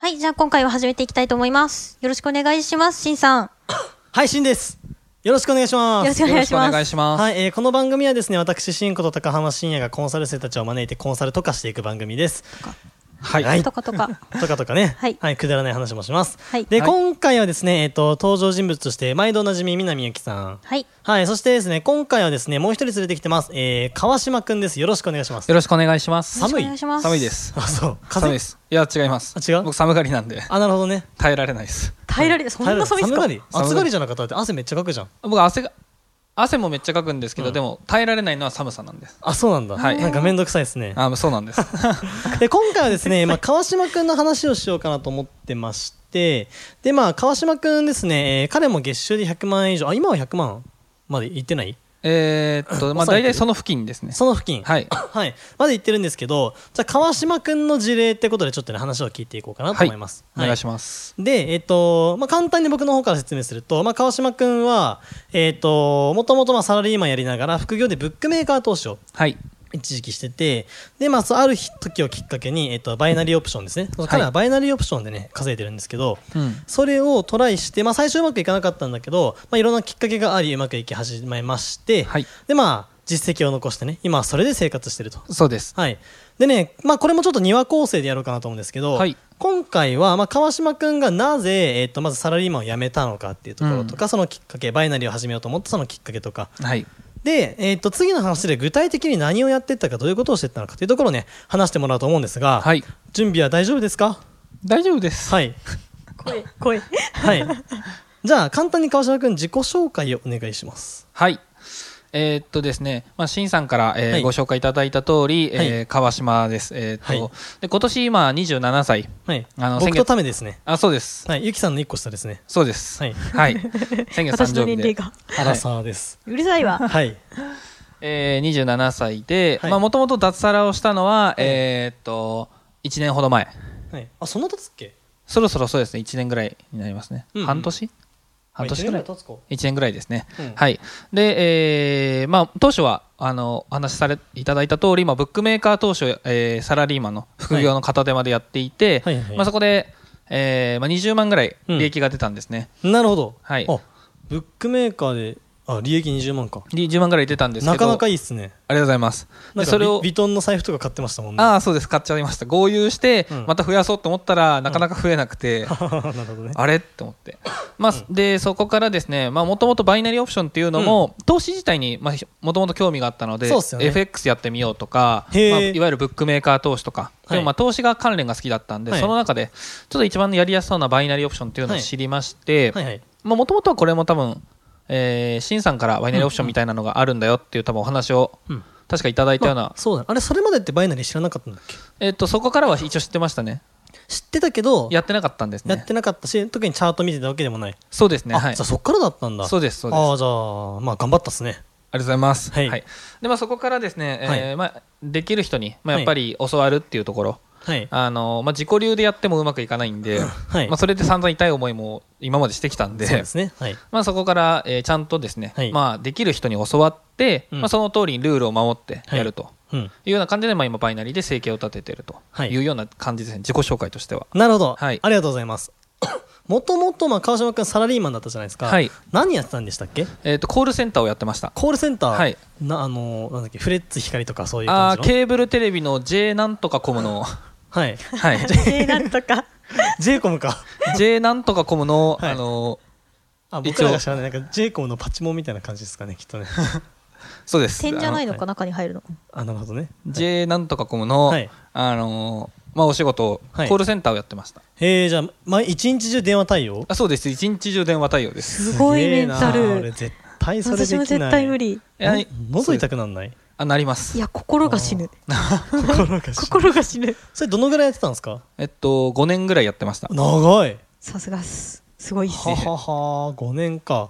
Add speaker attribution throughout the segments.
Speaker 1: はい、じゃあ今回は始めていきたいと思います。よろしくお願いします、しんさん。
Speaker 2: 配信です。よろしくお願いしま
Speaker 1: よろ
Speaker 2: す。
Speaker 1: しくお願いし
Speaker 3: よろしくお
Speaker 1: ま
Speaker 3: 願
Speaker 1: す。
Speaker 3: いします。
Speaker 2: はい、えーこの番組はですね、私、新子と高浜深也がコンサル生たちを招いてコンサルとかしていく番組です。
Speaker 3: はい。
Speaker 2: はい
Speaker 1: とかとか。
Speaker 2: とかとかね、
Speaker 1: は
Speaker 2: はいい、くだらない話もします。
Speaker 1: はい
Speaker 2: で、
Speaker 3: はい
Speaker 2: 今回はですね、えっ、と、登場人物として、毎度おなじみ、南ゆきさん。
Speaker 1: はい。
Speaker 2: はい、そしてですね、今回はですね、もう一人連れてきてます。えー、川島くんです。よろしくお願いします。
Speaker 3: よろしくお願いします。
Speaker 2: 寒い
Speaker 1: よろしくお願します
Speaker 3: 寒いで。す。
Speaker 2: あ、そう。風
Speaker 3: 寒いで
Speaker 2: 邪
Speaker 3: す。いや、違います。
Speaker 2: あ違う
Speaker 3: 僕寒がりなんで、
Speaker 2: あ、なるほどね。
Speaker 3: 耐えられないです。
Speaker 1: 耐えられる。そんな寒いっす
Speaker 2: 寒が
Speaker 1: か
Speaker 2: り
Speaker 3: 寒がり
Speaker 2: 暑がりじゃなかったらだって汗めっちゃかくじゃん。
Speaker 3: 僕、汗が、汗もめっちゃかくんですけど、
Speaker 2: うん
Speaker 3: でも、耐えられないのは寒さなんです。
Speaker 2: あ、そうなんだ。
Speaker 3: はい
Speaker 2: なんかめんどくさいですね。
Speaker 3: あ、そうなんです。
Speaker 2: で今回はですね、まあ、川島くんの話をしようかなと思ってましてでまあ川島くんですね、えー彼も月収で100万円以上あ今は100万まで行ってない
Speaker 3: えーっと、まあ、
Speaker 2: 抑え
Speaker 3: 大
Speaker 2: てる
Speaker 3: 体その付近ですね。
Speaker 2: その付近
Speaker 3: はい
Speaker 2: はいまで行ってるんですけどじゃあ川島くんの事例ってことでちょっとね話を聞いていこうかなと思います、
Speaker 3: お願いします。
Speaker 2: で、えっとまあ、簡単に僕の方から説明すると、まあ、川島くんは、えっと、もともとまあサラリーマンやりながら副業でブックメーカー投資を
Speaker 3: はい。
Speaker 2: 一時期しててで、まあ、そうある日時をきっかけに、えっと、バイナリーオプションですね
Speaker 3: はい
Speaker 2: 彼はバイナリーオプションでね稼いでるんですけど
Speaker 3: うん。
Speaker 2: それをトライして、まあ、最初うまくいかなかったんだけど、まあ、いろんなきっかけがありうまくいき始めまして、
Speaker 3: はい。
Speaker 2: でまあ実績を残してね今はそれで生活してると
Speaker 3: そうです。
Speaker 2: はいでね、まあ、これもちょっと2話構成でやろうかなと思うんですけど、
Speaker 3: はい
Speaker 2: 今回は、まあ、川島君がなぜ、えっとまずサラリーマンを辞めたのかっていうところとか、そのきっかけバイナリーを始めようと思ったそのきっかけとか
Speaker 3: はい。
Speaker 2: で、えっと次の話で具体的に何をやってったかどういうことをしてったのかというところをね話してもらおうと思うんですが、
Speaker 3: はい。
Speaker 2: 準備は大丈夫ですか
Speaker 3: 大丈夫です。
Speaker 2: はい
Speaker 1: 声、声。
Speaker 2: はい。じゃあ、簡単に川島君、自己紹介をお願いします。
Speaker 3: はい。えーっとですね、まあ、シンさんから、えー
Speaker 2: はい
Speaker 3: ご紹介いただいた通り、えー
Speaker 2: はい
Speaker 3: 川島です。えーっと、
Speaker 2: はい
Speaker 3: で、今年今27歳。
Speaker 2: はい。
Speaker 3: あの
Speaker 2: 僕
Speaker 3: 先
Speaker 2: と
Speaker 3: 月
Speaker 2: ためですね。
Speaker 3: あ、そうです。
Speaker 2: はい。ゆきさんの一個下ですね。
Speaker 3: そうです。
Speaker 2: はい。
Speaker 3: はい。先月誕
Speaker 1: 私の年
Speaker 3: 生日
Speaker 1: 齢
Speaker 3: で。
Speaker 1: が。
Speaker 2: アラサーです。
Speaker 1: うるさい わ。
Speaker 2: はい。
Speaker 3: えー、27歳で、
Speaker 2: はい
Speaker 3: まあ、もともと脱サラをしたのは、えーっと、1年ほど前。
Speaker 2: はい。あ、そんな経つっけ
Speaker 3: そろそろそうですね、1年ぐらいになりますね。
Speaker 2: うんうん
Speaker 3: 半年半年ぐらい。
Speaker 2: 経つか。
Speaker 3: 1年ぐらいですね。
Speaker 2: うん
Speaker 3: はい。で、えー、まあ、当初は、あの、お話しされ、いただいた通り、まあ、ブックメーカー当初、えー、サラリーマンの副業の片手までやっていて、
Speaker 2: はいはいはい
Speaker 3: まあ、そこで、えー、まあ、20万ぐらい利益が出たんですね。
Speaker 2: なるほど。
Speaker 3: はい
Speaker 2: あ、ブックメーカーで、あ、利益20万か。
Speaker 3: で10万ぐらい出たんですけど、
Speaker 2: なかなか
Speaker 3: あり
Speaker 2: いいっすね。
Speaker 3: がとうございます。
Speaker 2: な
Speaker 3: で、
Speaker 2: んか
Speaker 3: それを
Speaker 2: ビ、ビトンの財布とか買ってましたもんね。
Speaker 3: ああ、そうです、買っちゃいました。合流して
Speaker 2: うん、
Speaker 3: また増やそうと思ったら、なかなか増えなく て、
Speaker 2: あ。 なるほどね。
Speaker 3: あれって思って。まあ、で、そこからですね、まあ、もともとバイナリーオプションっていうのも、投資自体に、まあ、もともと興味があったので、
Speaker 2: そうっすよね
Speaker 3: FX やってみようとか、まあ、
Speaker 2: へー
Speaker 3: いわゆるブックメーカー投資とか、
Speaker 2: はい
Speaker 3: でもまあ、投資が関連が好きだったんで、
Speaker 2: はい
Speaker 3: その中で、ちょっと一番やりやすそうなバイナリーオプションっていうのを知りまして、
Speaker 2: はいはい。
Speaker 3: まあ、もともとはこれも多分、えー、シンさんからバイナリーオプションみたいなのがあるんだよっていう多分お話を、
Speaker 2: うん
Speaker 3: 確かいただいたような
Speaker 2: あ、そうだ。あれ、それまでってバイナリー知らなかったんだっけ
Speaker 3: えっと、そこからは一応知ってましたね。
Speaker 2: 知ってたけど、
Speaker 3: やってなかったんです
Speaker 2: や
Speaker 3: ね
Speaker 2: って。なかったし、特にチャート見てたわけでもない。
Speaker 3: そうですね。
Speaker 2: あ
Speaker 3: はい。
Speaker 2: じゃあ
Speaker 3: そう
Speaker 2: そっからだったんだ。
Speaker 3: です、そうです。あ
Speaker 2: ああ、じゃあ、まあ頑張ったっすね。
Speaker 3: りがとうございます。
Speaker 2: は
Speaker 3: はいい。で、まあ、そこからですね、えー
Speaker 2: は
Speaker 3: まあ、できる人に、まあ、
Speaker 2: はい
Speaker 3: やっぱり教わるっていうところ、
Speaker 2: はい。
Speaker 3: あの、まあ、自己流でやってもうまくいかないんで、
Speaker 2: はい
Speaker 3: まあ、それで散々痛い思いも今までしてきたんで、
Speaker 2: そうですね。はい。
Speaker 3: まあ、そこから、えーちゃんとですね、
Speaker 2: はい
Speaker 3: まあ、できる人に教わって、
Speaker 2: うん
Speaker 3: まあ、その通りにルールを守ってやると。い
Speaker 2: うん。
Speaker 3: うような感じで、まあ、今、バイナリーで生計を立ててると
Speaker 2: はい
Speaker 3: いうような感じですね、自己紹介としては。
Speaker 2: なるほど。
Speaker 3: はい
Speaker 2: ありがとうございます。 もともと、まあ、川島君サラリーマンだったじゃないですか。
Speaker 3: はい
Speaker 2: 何やってたんでしたっけ
Speaker 3: えっ、と、コールセンターをやってました。
Speaker 2: コールセンター。
Speaker 3: はい
Speaker 2: な、あのー、なんだっけ、フレッツ光とかそういう
Speaker 3: あ
Speaker 2: 感
Speaker 3: ー
Speaker 2: じの。
Speaker 3: ケーブルテレビの J なんとかコム の、
Speaker 2: はい。
Speaker 3: はい、
Speaker 1: えー、なんとか。
Speaker 2: j コムか。
Speaker 3: J なんとかコムの、
Speaker 2: はい
Speaker 3: あの
Speaker 2: あ、
Speaker 3: 一応
Speaker 2: 僕らが知らない、なんか j コムのパチモンみたいな感じですかね、きっとね。
Speaker 3: そうです。
Speaker 1: 点じゃないの
Speaker 2: は
Speaker 1: か、中に入るの。
Speaker 2: あ、なるほどね。
Speaker 3: あの J なんとかコムの、
Speaker 2: はい
Speaker 3: あのまあ、お仕事を、
Speaker 2: はい
Speaker 3: コールセンターをやってました。
Speaker 2: えー、じゃあ、毎一日中電話対応
Speaker 3: あそうです。一日中電話対応です。
Speaker 1: すごいメンタ
Speaker 2: すげえな俺
Speaker 1: ル。
Speaker 2: 絶対それでき
Speaker 1: 私
Speaker 2: ない。
Speaker 1: も絶対無。理。
Speaker 3: いや
Speaker 2: 喉痛くなんない
Speaker 3: あ、なりま
Speaker 1: い
Speaker 3: す。
Speaker 1: や、心が死ぬ。
Speaker 2: 心がし。
Speaker 1: 心が死ぬ。
Speaker 2: それどのぐらいやってたんですか
Speaker 3: えっと、5年ぐらいやってました。
Speaker 2: 長い。
Speaker 1: さすがっす。すごいっす。
Speaker 2: ははは5年か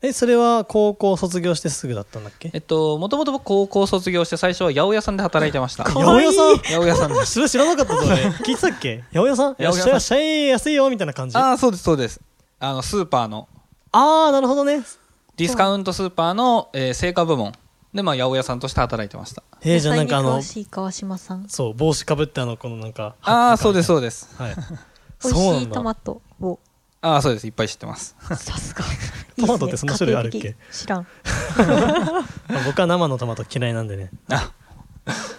Speaker 2: えそれは高校卒業してすぐだったんだっけ
Speaker 3: えっと、もともと僕高校卒業して最初は八百屋さんで働いてました。
Speaker 2: 八
Speaker 3: 八
Speaker 2: 百屋さん
Speaker 3: 百屋さん です。
Speaker 2: それ知らなかったぞ俺聞いてたっけ八百屋さん
Speaker 3: 八百屋さん
Speaker 2: いらっしゃい安いよみたいな感じあ
Speaker 3: ああ、そうです、そうです。あの、スーパーの、
Speaker 2: あーなるほどね
Speaker 3: ディスカウントスーパーの、えー、成果部門で、まあ、八百屋さんとして働いてました。
Speaker 2: えー、じゃあなんかあ
Speaker 1: 野菜に
Speaker 2: の
Speaker 1: 詳しい川島さん。
Speaker 2: そう帽子かぶってあのこのなんか
Speaker 3: ああ、そうです、そうです。
Speaker 2: は い
Speaker 1: 美味
Speaker 2: そう
Speaker 1: しい
Speaker 2: な
Speaker 1: ト
Speaker 2: んだ
Speaker 1: マトを。
Speaker 3: ああ、そうです。いっぱい知ってます。
Speaker 1: さすが。
Speaker 2: トマトってそんな種類あるっけ
Speaker 1: いいですね家庭的知 らん。
Speaker 2: まあ僕は生のトマト嫌いなんでね
Speaker 3: あ、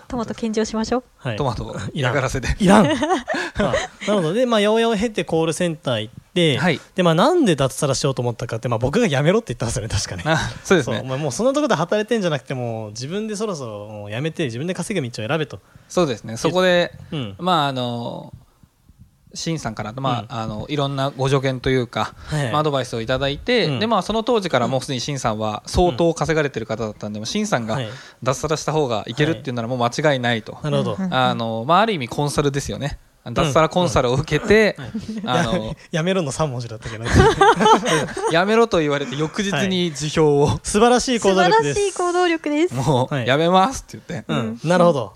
Speaker 1: トマト献上しましょう。
Speaker 2: はい
Speaker 3: トマトを
Speaker 2: いらん
Speaker 3: 嫌がらせで。
Speaker 2: い らん、まあなので、まあ、八百屋を経てコールセンター行って、
Speaker 3: はい
Speaker 2: でまあ、なんで脱サラしようと思ったかって、まあ、僕がやめろって言ったんですよね確かね。
Speaker 3: あそうです
Speaker 2: そうお
Speaker 3: ね。
Speaker 2: 前もうそんなところで働いてんじゃなくてもう自分でそろそろもうやめて自分で稼ぐ道を選べと、
Speaker 3: そうですね。そこで、
Speaker 2: うん
Speaker 3: まあ、あの、シンさんから、
Speaker 2: うん
Speaker 3: まあ、あの、いろんなご助言というか、
Speaker 2: はいはい
Speaker 3: まあアドバイスをいただいて、
Speaker 2: うん
Speaker 3: で、まあ、その当時からもうすでにシンさんは相当稼がれてる方だったんで、もうシンさんが
Speaker 2: はい
Speaker 3: 脱サラした方がいけるっていうならもう間違いないと。
Speaker 2: なるほど、
Speaker 1: うん
Speaker 3: あの、まあ、ある意味コンサルですよね。脱サラコンサルを受けて、あの、
Speaker 2: やめろの3文字だったけど
Speaker 3: やめろと言われて翌日に辞表を、
Speaker 2: 素晴らしい行
Speaker 1: 素
Speaker 2: 動
Speaker 1: 晴
Speaker 2: 力
Speaker 1: ら
Speaker 2: で
Speaker 1: し
Speaker 2: す
Speaker 1: い行動力です。
Speaker 3: もう、
Speaker 2: はい
Speaker 3: やめますって言って、
Speaker 2: うん、なるほど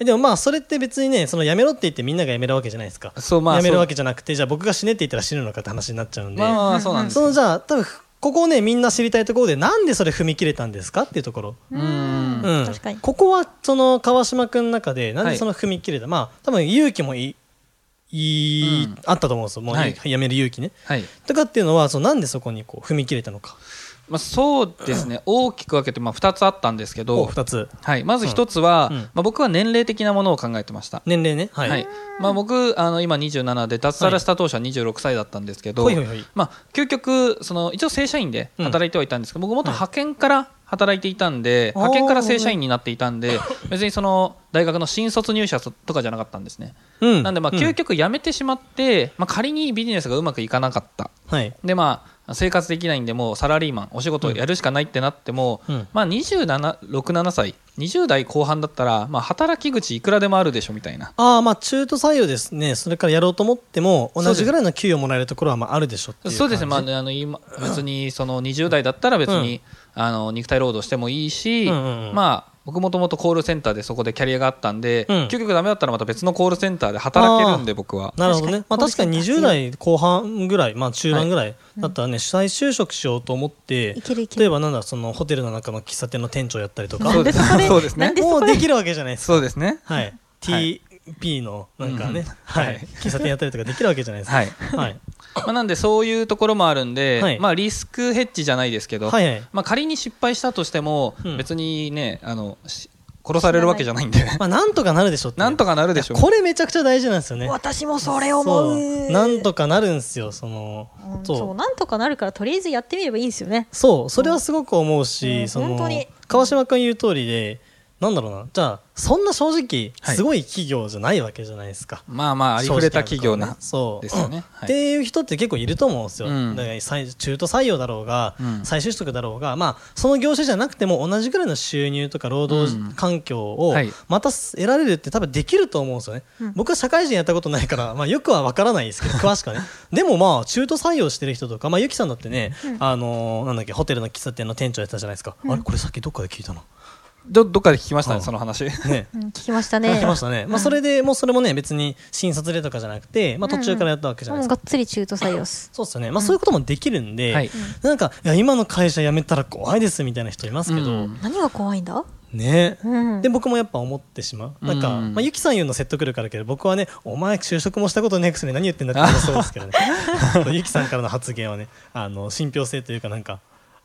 Speaker 2: えでもまあそれって別にねそのやめろって言ってみんながやめるわけじゃないですか
Speaker 3: そうまあ
Speaker 2: やめる
Speaker 3: そう
Speaker 2: わけじゃなくてじゃあ僕が死ねって言ったら死ぬのかって話になっちゃうんで、
Speaker 3: まあまあまあそうなんです
Speaker 2: そ
Speaker 3: よ
Speaker 2: のじゃあ多分ここをねみんな知りたいところでなんでそれ踏み切れたんですかっていうところ、
Speaker 1: う
Speaker 3: うん
Speaker 1: ん。
Speaker 2: うん
Speaker 1: 確かに。
Speaker 2: ここはその川島君の中でなんでその踏み切れた、まあ多分勇気もいい、
Speaker 3: うん
Speaker 2: あったと思うんですよもう、
Speaker 3: はい
Speaker 2: やめる勇気ね
Speaker 3: はい
Speaker 2: とかっていうのはそのなんでそこにこう踏み切れたのか
Speaker 3: まあ、そうですね大きく分けて、まあ、2つあったんですけ
Speaker 2: を
Speaker 3: ど、
Speaker 2: 2つ
Speaker 3: はい、まず1つは、
Speaker 2: うんうん
Speaker 3: まあ、僕は年齢的なものを考えてました、
Speaker 2: 年齢ねは、
Speaker 3: はいいまあ、僕あの今27で脱サラした当初は26歳だったんですけど、
Speaker 2: ほいほいほい
Speaker 3: まあ、究極その一応正社員で働いてはいたんですけど、僕もっと派遣から働いていたんで、
Speaker 2: あー
Speaker 3: 派遣から正社員になっていたん で別にその大学の新卒入社とかじゃなかったんですね。
Speaker 2: うん
Speaker 3: なんでまあ
Speaker 2: う
Speaker 3: 究極辞めてしまって、まあ、仮にビジネスがうまくいかなかった
Speaker 2: はい
Speaker 3: でまあ生活できないんでもうサラリーマンお仕事をやるしかないってなっても、
Speaker 2: うん
Speaker 3: まあ2767歳20代後半だったら、まあ、働き口いくらでもあるでしょみたいな
Speaker 2: ああまあ中途採用ですねそれからやろうと思っても同じぐらいの給与もらえるところはまああるでしょっていう感じ
Speaker 3: そうですね、まあ、あの今別にその20代だったら別に、あの肉体労働してもいいし、
Speaker 2: うんうんうん
Speaker 3: まあ、僕もともとコールセンターでそこでキャリアがあったんで、
Speaker 2: うん
Speaker 3: 究極ダメだったらまた別のコールセンターで働けるんで僕は。
Speaker 2: なるほどね。まあ
Speaker 1: 確
Speaker 2: 確か
Speaker 1: か
Speaker 2: に
Speaker 1: に
Speaker 2: 20代後半ぐらい、まあ中盤ぐらいだったらね、主催就職しようと思って
Speaker 1: いけるい、ける
Speaker 2: 例えばなんだ、そのホテルの中の喫茶店の店長やったりとか、
Speaker 3: そ
Speaker 2: も
Speaker 3: うです
Speaker 1: なんでそれ
Speaker 3: そうですね
Speaker 1: なんでそこ
Speaker 2: うできるわけじゃないですか。
Speaker 3: そうですね
Speaker 2: はい。
Speaker 3: は
Speaker 2: TP のなんかね
Speaker 3: うん、
Speaker 2: は
Speaker 3: はいい。
Speaker 2: 喫茶店やったりとかできるわけじゃないですか。
Speaker 3: はい
Speaker 2: はい。
Speaker 3: まあ、なんでそういうところもあるんで、
Speaker 2: はい
Speaker 3: まあ、リスクヘッジじゃないですけど、
Speaker 2: はいはい
Speaker 3: まあ、仮に失敗したとしても、
Speaker 2: うん
Speaker 3: 別にねあのし殺されるわけじゃないんで
Speaker 2: まあなんとかなるでしょっていう。
Speaker 3: なんとかなるでしょう
Speaker 2: これめちゃくちゃ大事なんですよね。
Speaker 1: 私もそれ思。
Speaker 2: そうう。なんとかなるんですよ、その
Speaker 1: う。んそう
Speaker 2: そう。
Speaker 1: なんとかなるからとりあえずやってみればいいんですよね。
Speaker 2: そう、それはすごく思う
Speaker 1: う
Speaker 2: し、
Speaker 1: ん
Speaker 2: その
Speaker 1: 本当に
Speaker 2: 川島君言う通りで、なんだろうな、じゃあ、そんな正直、
Speaker 3: はい
Speaker 2: すごい企業じゃないわけじゃないですか。
Speaker 3: まあまあありふれた企業な
Speaker 2: そう
Speaker 3: ですよね、
Speaker 2: っ
Speaker 3: はい
Speaker 2: ていう人って結構いると思うんですよ、
Speaker 3: うん
Speaker 2: だから最中途採用だろうが、
Speaker 3: うん
Speaker 2: 再就職だろうが、まあ、その業種じゃなくても同じぐらいの収入とか労働
Speaker 3: うん
Speaker 2: 環境を
Speaker 3: はい
Speaker 2: また得られるって多分できると思うんですよね、
Speaker 1: うん
Speaker 2: 僕は社会人やったことないから、まあ、よくは分からないです けど詳しくはねでもまあ中途採用してる人とか、まあ、ゆきさんだってね、あのーなんだっけホテルの喫茶店の店長やってたじゃないですか、あれこれさっきどっかで聞 いたな、
Speaker 3: どどっかで聞きました
Speaker 2: う
Speaker 3: ね
Speaker 2: ん
Speaker 3: その話
Speaker 2: ね、
Speaker 1: うん、聞きました
Speaker 2: 聞
Speaker 1: ね。
Speaker 2: きましたね、まあ、それでもうそれもね別に診察でとかじゃなくて、まあ、途中からやったわけじゃない
Speaker 1: もう
Speaker 2: です
Speaker 1: が
Speaker 2: か、
Speaker 1: っつり中途採用っす。
Speaker 2: そうですよね、まあ、そういうこともできるんで、
Speaker 3: はい
Speaker 2: なんかいや今の会社辞めたら怖いですみたいな人いますけど、
Speaker 3: うん
Speaker 1: 何が怖いんだ？
Speaker 2: ね、
Speaker 1: うん。
Speaker 2: で僕もやっぱ思ってしまうなんか、
Speaker 3: うん
Speaker 2: まあ、ゆきさん言うの説得力あるけど僕はねお前就職もしたことねえくせに何言ってんだ って思いそうですけどね そうゆきさんからの発言はねあの信憑性というかなんか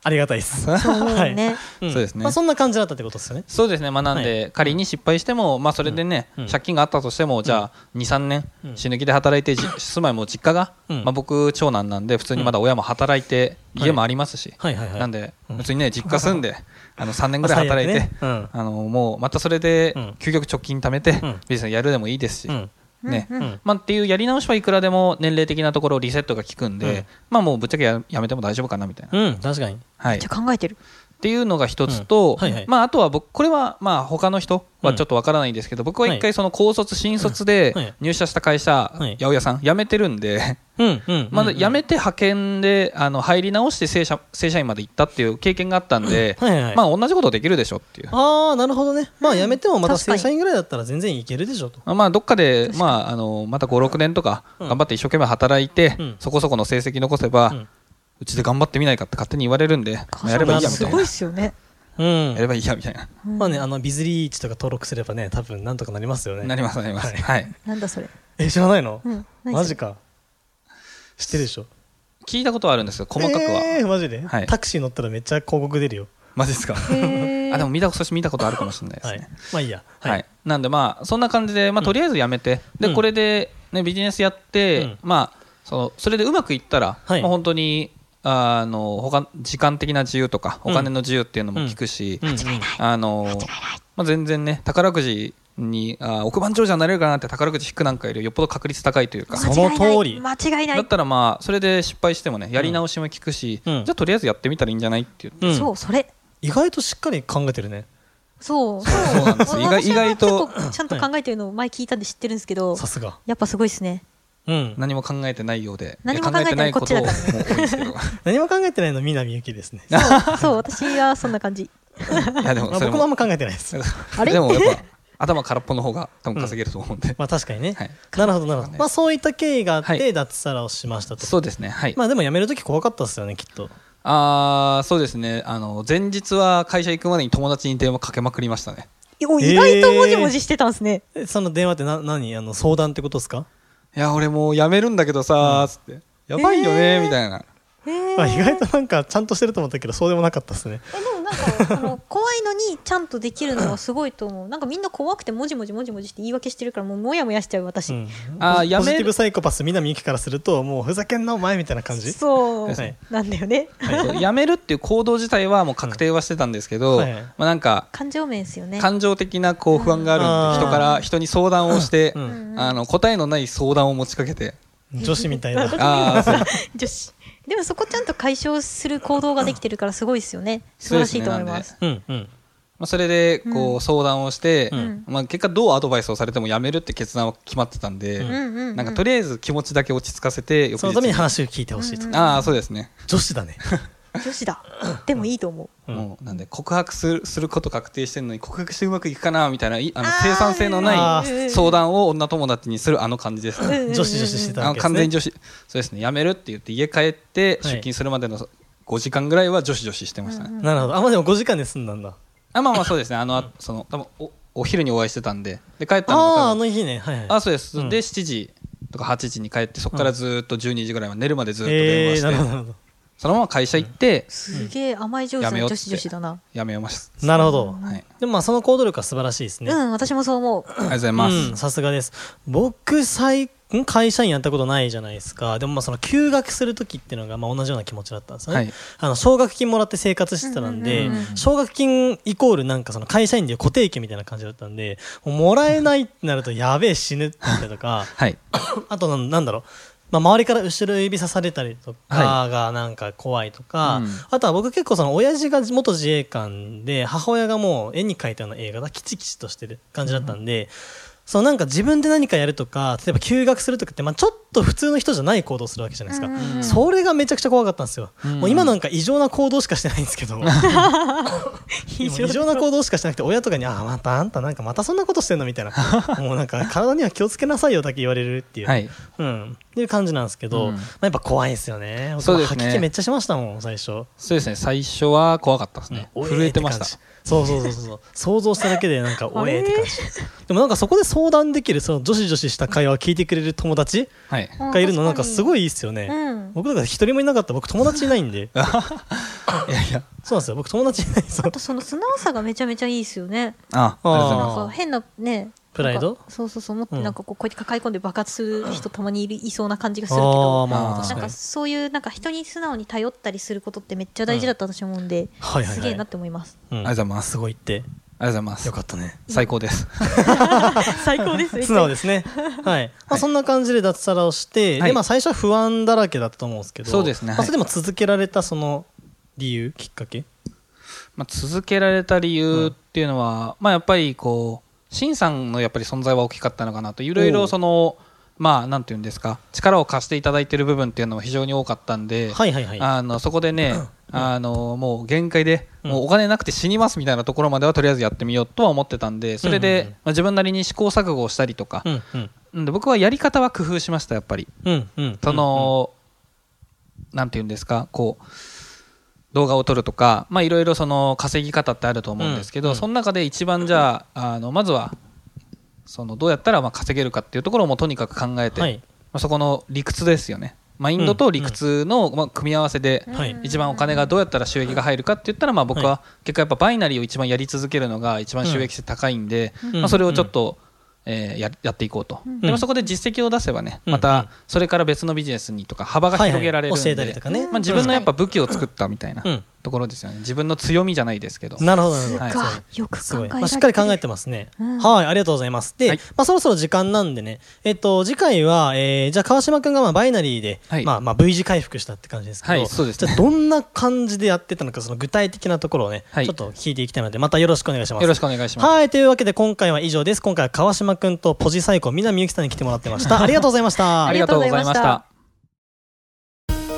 Speaker 2: ありがたいです。
Speaker 1: そう思う
Speaker 2: はい
Speaker 1: ね。
Speaker 2: ん
Speaker 3: そうですね
Speaker 2: まあ、そんな感じだったってことですよね。
Speaker 3: そうですね、まあ、なんで、仮に失敗しても、まあ、それでね、
Speaker 2: うん
Speaker 3: 借金があったとしても、じゃあ、2、3年、死ぬ気で働いて、じ住まいも実家が、
Speaker 2: うん
Speaker 3: まあ、僕、長男なんで、普通にまだ親も働いて、
Speaker 2: うん
Speaker 3: 家もありますし、
Speaker 2: はいはいはい
Speaker 3: なんで
Speaker 2: うん、
Speaker 3: 別にね、実家住ん で、あの3年ぐらい
Speaker 2: まあ
Speaker 3: 働いて、
Speaker 2: 最悪ね
Speaker 3: あのもう、またそれで
Speaker 2: うん、
Speaker 3: 究極貯金貯めて、
Speaker 2: ん
Speaker 3: ビジネスやるでもいいですし、
Speaker 2: うん
Speaker 3: ね、
Speaker 1: うん
Speaker 2: うん
Speaker 3: まあ、っていうやり直しはいくらでも年齢的なところ、リセットが効くんで、
Speaker 2: うん
Speaker 3: まあ、もうぶっちゃけややめても大丈夫かなみたいな。
Speaker 2: うん、確かに
Speaker 3: は
Speaker 1: めっ
Speaker 3: い
Speaker 1: ちゃ考えてる。
Speaker 3: っていうのが一つと、
Speaker 2: うんはいはい
Speaker 3: まあ、あとは僕これはまあ他の人はちょっとわからないんですけど、僕は一
Speaker 2: は
Speaker 3: 回その高卒新卒
Speaker 2: うんはい
Speaker 3: で入社した会社、
Speaker 2: はい
Speaker 3: 八百屋さん辞めてるんで、
Speaker 2: うんうんうん
Speaker 3: まだ辞めて派遣であの入り直して正社正社員まで行ったっていう経験があったんで、
Speaker 2: うんはいはい
Speaker 3: まあ同じことできるでしょっていう。
Speaker 2: ああなるほどねまあ辞めてもまた
Speaker 1: 確か
Speaker 2: 正
Speaker 1: に
Speaker 2: 社員ぐらいだったら全然いけるでしょと
Speaker 3: まあ、どっかで、まあ、あのまた5、6年とか
Speaker 2: うん
Speaker 3: 頑張って一生懸命働いて、
Speaker 2: うん
Speaker 3: そこそこの成績残せば、
Speaker 2: う
Speaker 3: うんちで頑張ってみないかって勝手に言われるんで、まあやればいいやみ
Speaker 2: す
Speaker 3: たい
Speaker 2: ご
Speaker 3: な。
Speaker 1: すよね。
Speaker 2: うん
Speaker 3: やればいいやみたいな。
Speaker 2: まあねあのビズリーチとか登録すればね多分なんとかなりますよね
Speaker 3: なります、なりま
Speaker 2: は
Speaker 3: す。
Speaker 2: い
Speaker 3: はい。
Speaker 1: なんだそれ。
Speaker 2: え知らないの
Speaker 1: うん何それ
Speaker 2: マジか知ってるでしょ
Speaker 3: 聞いたことはあるんですけど、細かくは。
Speaker 2: えーマジで
Speaker 3: はい
Speaker 2: タクシー乗ったらめっちゃ広告出るよ
Speaker 3: マジですか。
Speaker 1: へー
Speaker 3: あ、でも見た、そして見たことあるかもしれないです
Speaker 2: は
Speaker 3: ね。
Speaker 2: いまあいいや
Speaker 3: はいなんで、まあ、そんな感じで、まあ、とりあえずやめて、
Speaker 2: うん
Speaker 3: でこれで、ね、ビジネスやって、
Speaker 2: うん
Speaker 3: まあ、そのそれでうまくいったら、
Speaker 2: はい
Speaker 3: まあ、本当にあの他時間的な自由とか
Speaker 2: うん
Speaker 3: お金の自由っていうのも聞くし、
Speaker 2: うんうん
Speaker 3: あのまあ、全然ね宝くじにあ億万長者になれるかなって宝くじ引くなんかよりよっぽど確率高いというか。
Speaker 2: その通り
Speaker 1: 間違いな
Speaker 3: だっ
Speaker 1: い。
Speaker 3: たらまあそれで失敗してもねやり直しも聞くし、
Speaker 2: うん
Speaker 3: じゃあとりあえずやってみたらいいんじゃないっていう、
Speaker 2: うん
Speaker 1: そう、それ。
Speaker 2: 意外としっかり考えてるね
Speaker 1: そう。
Speaker 3: そうなんです意外
Speaker 1: 私は
Speaker 3: 意外と
Speaker 1: 結構ちゃんと考えてるのを前聞いたんで知ってるんですけど、
Speaker 2: さすが
Speaker 1: やっぱすごいですね。
Speaker 2: うん
Speaker 3: 何も考えてないようで
Speaker 1: 何も考えてない
Speaker 3: や考えてない
Speaker 1: こっ
Speaker 3: こと
Speaker 1: ち
Speaker 3: も多いですけど
Speaker 2: 何も考えてないの南ゆきですね
Speaker 1: そう、そう私はそんな感じ。
Speaker 3: いやで
Speaker 2: ま
Speaker 3: も
Speaker 2: あ
Speaker 3: それ
Speaker 2: 僕もあんま考えてないです
Speaker 1: あれ
Speaker 3: でもやっぱ頭空っぽの方が多分稼げると思うんで、
Speaker 2: まあ確かにね
Speaker 3: はい
Speaker 2: なるほどなるほど
Speaker 3: ね
Speaker 2: まあそういった経緯があっ
Speaker 3: は
Speaker 2: て
Speaker 3: い
Speaker 2: 脱サラをしましたと
Speaker 3: そうですねはい、
Speaker 2: まあでも辞めるとき怖かったですよねきっと
Speaker 3: ああそうですねあの前日は会社行くまでに友達に電話かけまくりましたね
Speaker 1: お意外ともじもじしてたんですね。
Speaker 2: えその電話ってな何あの相談ってことですか
Speaker 3: いや俺もう辞めるんだけどさーつって、やばいよね
Speaker 1: えー
Speaker 3: ーみたいな、
Speaker 1: へえ。
Speaker 2: あ意外となんかちゃんとしてると思ったけどそうでもなかったですね
Speaker 1: えでもなんかあの怖いのにちゃんとできるのはすごいと思うなんかみんな怖くてもじもじもじもじして言い訳してるからもうもやもやしちゃう私、
Speaker 2: うん
Speaker 3: あー
Speaker 2: ポジポ
Speaker 3: や
Speaker 2: ジ
Speaker 3: め
Speaker 2: ティブ
Speaker 3: る
Speaker 2: サイコパス南ゆきからするともうふざけんなお前みたいな感じ
Speaker 1: そう、
Speaker 2: はい
Speaker 1: なんだよね
Speaker 3: そう辞めるっていう行動自体はもう確定はしてたんですけど、
Speaker 2: うんはい
Speaker 3: まあ、なんか
Speaker 1: 感情面ですよね
Speaker 3: 感情的なこう不安があるんで
Speaker 2: うん
Speaker 3: 人から人に相談をして、
Speaker 2: うん
Speaker 1: うん
Speaker 3: あの答えのない相談を持ちかけて、
Speaker 2: 女子みたい な
Speaker 3: ああそう
Speaker 1: 女子でもそこちゃんと解消する行動ができてるからすごいですよね素晴らしいと思います
Speaker 2: うんうん
Speaker 3: まあ、それでこう相談をして、
Speaker 1: ん
Speaker 3: まあ、結果どうアドバイスをされてもやめるって決断は決まってたんで、
Speaker 2: うん
Speaker 1: うんうん
Speaker 3: なんかとりあえず気持ちだけ落ち着かせて翌
Speaker 2: そのために
Speaker 3: 日
Speaker 2: 話を聞いてほしいと、
Speaker 1: うん
Speaker 3: ああそうですね、
Speaker 2: 女子だね
Speaker 1: 女子だでもいいと思う
Speaker 2: うん
Speaker 3: もうなんで告白するすること確定してるのに告白してうまくいくかなみたいないあの
Speaker 1: あー
Speaker 3: 生産性の
Speaker 2: あ
Speaker 3: な
Speaker 2: ー
Speaker 3: い相談を女友達にするあの感じですね、
Speaker 1: うんうんうん
Speaker 2: 女子女子してた
Speaker 3: あ
Speaker 2: わ
Speaker 3: の
Speaker 2: けです
Speaker 3: 完
Speaker 2: ね
Speaker 3: 全に女子そうですねやめるって言って家帰って出勤するまでの5時間ぐらいは女子女子してましたね、
Speaker 1: うんうん
Speaker 2: なるほどあまあでも5時間で済んだんだ
Speaker 3: あまあまあそうですねあのあその多分おお昼にお会いしてたんでで帰ったのも多
Speaker 2: ああ
Speaker 3: 分
Speaker 2: あの日ねはいはい
Speaker 3: あそうです、
Speaker 2: うん
Speaker 3: で7時とか8時に帰ってそこからずーっと12時ぐらいまで寝るまでずーっと電
Speaker 2: え
Speaker 3: 話
Speaker 2: ー、
Speaker 3: して、
Speaker 2: なるほどなるほ
Speaker 3: そのまま会社行って
Speaker 1: すげえ甘い上手
Speaker 3: やめ
Speaker 1: な
Speaker 3: ようっ
Speaker 1: 女
Speaker 3: て
Speaker 1: 子女子だな
Speaker 3: 辞めました、
Speaker 2: どなるほど
Speaker 3: はい、
Speaker 2: でもまあその行動力は素晴らしいですね、
Speaker 1: うん私もそう思う
Speaker 3: ありがとうございます、
Speaker 2: うんさすがです僕最ん会社員やったことないじゃないですかでもまあその休学する時っていうのがまあ同じような気持ちだったんですよね、
Speaker 3: はい
Speaker 2: あの奨学金もらって生活してたんで
Speaker 1: うんうんうん
Speaker 2: 奨学金イコールなんかその会社員でいう固定給みたいな感じだったんでもうもらえないってなるとやべえ死ぬってなったり とか
Speaker 3: はい
Speaker 2: あとなんなんだろうまあ、周りから後ろ指さされたりとかがなんか怖いとか、
Speaker 3: うん
Speaker 2: あとは僕結構その親父が元自衛官で母親がもう絵に描いたような映画がキチキチとしてる感じだったんで、そのなんか自分で何かやるとか例えば休学するとかって、まあ、ちょっと普通の人じゃない行動するわけじゃないですか、
Speaker 1: うんうんうん
Speaker 2: それがめちゃくちゃ怖かったんですよ、
Speaker 3: うん
Speaker 2: もう今なんか異常な行動しかしてないんですけ ど でも異常な行動しかしてなくて親とかに「ああまたあんたなんかまたそんなことしてんの?」みたい なもうなんか体には気をつけなさいよだけ言われるっていう、
Speaker 3: はい
Speaker 2: うん、っていう感じなんですけど、
Speaker 3: うん
Speaker 2: まあ、やっぱ怖いですよね。
Speaker 3: そうですね
Speaker 2: 僕も吐き気めっちゃしましたもん、最初。
Speaker 3: そうですね最初は怖かったですね、
Speaker 2: お
Speaker 3: 震えてまし
Speaker 2: ー
Speaker 3: た
Speaker 2: って感じそうそうそうそう。想像しただけでなんか、おえーって感じ。 でもなんかそこで相談できる、その女子女子した会話を聞いてくれる友達
Speaker 3: はい
Speaker 2: がいるのなんかす
Speaker 1: い
Speaker 2: ごいいいっすよね。
Speaker 1: うん
Speaker 2: 僕だから一人もいなかった。僕友達いないんで。
Speaker 3: いやいや
Speaker 2: そうなんですよ。僕友達いない。そ
Speaker 1: あ
Speaker 2: う
Speaker 1: とその素直さがめちゃめちゃいいですよね
Speaker 3: あありがとうござい
Speaker 1: な
Speaker 3: ま
Speaker 1: ん
Speaker 2: あー
Speaker 1: か変なね
Speaker 2: プライド
Speaker 1: なんかそうそうそう持って
Speaker 2: うん
Speaker 1: なんかこうこうやって抱え込んで爆発する人たまにいるいそうな感じがす
Speaker 2: あ
Speaker 1: るけ
Speaker 2: あー、
Speaker 1: ど
Speaker 2: まあ
Speaker 3: あー
Speaker 2: 確
Speaker 1: なん
Speaker 2: か
Speaker 1: か
Speaker 2: に。
Speaker 1: そういうなんか人に素直に頼ったりすることってめっちゃ大事だったと私思うんで、
Speaker 2: はいはいはい
Speaker 1: すげえなって思い ます
Speaker 2: うん
Speaker 3: ありがとうございます
Speaker 2: すごいって。
Speaker 3: すありがとうございます
Speaker 2: よかったね。
Speaker 3: 最高です
Speaker 1: 最高 です
Speaker 2: 素直ですね。はい。まあ、そんな感じで脱サラをして、
Speaker 3: は
Speaker 2: で、
Speaker 3: い
Speaker 2: まあ、最初は不安だらけだったと思うんですけど、
Speaker 3: そうですね
Speaker 2: まあ
Speaker 3: はい
Speaker 2: それでも続けられたその理由、きっかけ
Speaker 3: まあ、続けられた理由っていうのは、まあ、やっぱりこうシンさんのやっぱり存在は大きかったのかなといろい
Speaker 2: おう
Speaker 3: ろそのまあなんていうんですか力を貸していただいてる部分っていうのも非常に多かったんで、
Speaker 2: はいはいはい。
Speaker 3: あのそこでね、あのもう限界で、
Speaker 2: うん
Speaker 3: もうお金なくて死にますみたいなところまではとりあえずやってみようとは思ってたんでそれ
Speaker 2: うん
Speaker 3: で、
Speaker 2: うんうん
Speaker 3: まあ、自分なりに試行錯誤をしたりとか
Speaker 2: う、んうん
Speaker 3: うんで僕はやり方は工夫しましたやっぱり。
Speaker 2: うんうん。
Speaker 3: その、なんていうんですか、こう、動画を撮るとか、まあ、いろいろその稼ぎ方ってあると思うんですけど、
Speaker 2: うんうん
Speaker 3: その中で一番じゃあ、あのまずは、そのどうやったらまあ稼げるかっていうところもとにかく考えて、
Speaker 2: はい
Speaker 3: まあ、そこの理屈ですよね。マインドと理屈のまあ組み合わせで、
Speaker 2: はい
Speaker 3: 一番お金がどうやったら収益が入るかって言ったら、まあ、僕は結果やっぱバイナリーを一番やり続けるのが一番収益性高いんで、
Speaker 2: うん
Speaker 3: まあ、それをちょっと、えーややっていこうと、
Speaker 1: うん
Speaker 3: でもそこで実績を出せばねま
Speaker 2: うん
Speaker 3: たそれから別のビジネスにとか幅が広げられるんで、
Speaker 2: はいはい教えたりとかね
Speaker 3: まあ、自分のやっぱ武器を作ったみたいな
Speaker 2: うん
Speaker 3: ところですよね自分の強みじゃないですけど、
Speaker 2: なるほどなるほど。
Speaker 3: はい
Speaker 1: かよく
Speaker 2: す
Speaker 1: 考
Speaker 2: ご
Speaker 1: え
Speaker 2: い。
Speaker 1: られ
Speaker 2: まあ、しっかり考えてますね。
Speaker 1: うん
Speaker 2: はい、ありがとうございます。で、
Speaker 3: はい
Speaker 2: まあ、そろそろ時間なんでね、えっと、次回は、えー、じゃあ川島くんがまあバイナリーで、
Speaker 3: はい
Speaker 2: まあ、まあ、V 字回復したって感じですけど、
Speaker 3: はいそうですね
Speaker 2: じゃあどんな感じでやってたのか、その具体的なところをね、
Speaker 3: はい
Speaker 2: ちょっと聞いていきたいので、またよろしくお願いします。
Speaker 3: よろしくお願いします、
Speaker 2: はい、というわけで今回は以上です。今回は川島くんとポジサイコ、南ゆきさんに来てもらってま した。ありがとうございました。
Speaker 3: ありがとうございまし
Speaker 1: ありがとうございました
Speaker 3: た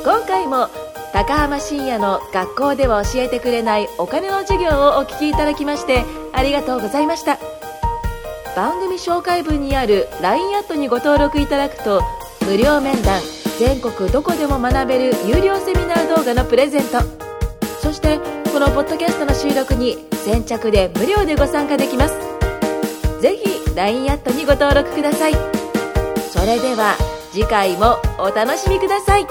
Speaker 4: 今回も高浜深也の学校では教えてくれないお金の授業をお聞きいただきましてありがとうございました番組紹介文にある LINE アットにご登録いただくと無料面談全国どこでも学べる有料セミナー動画のプレゼントそしてこのポッドキャストの収録に先着で無料でご参加できますぜひ LINE アットにご登録くださいそれでは次回もお楽しみください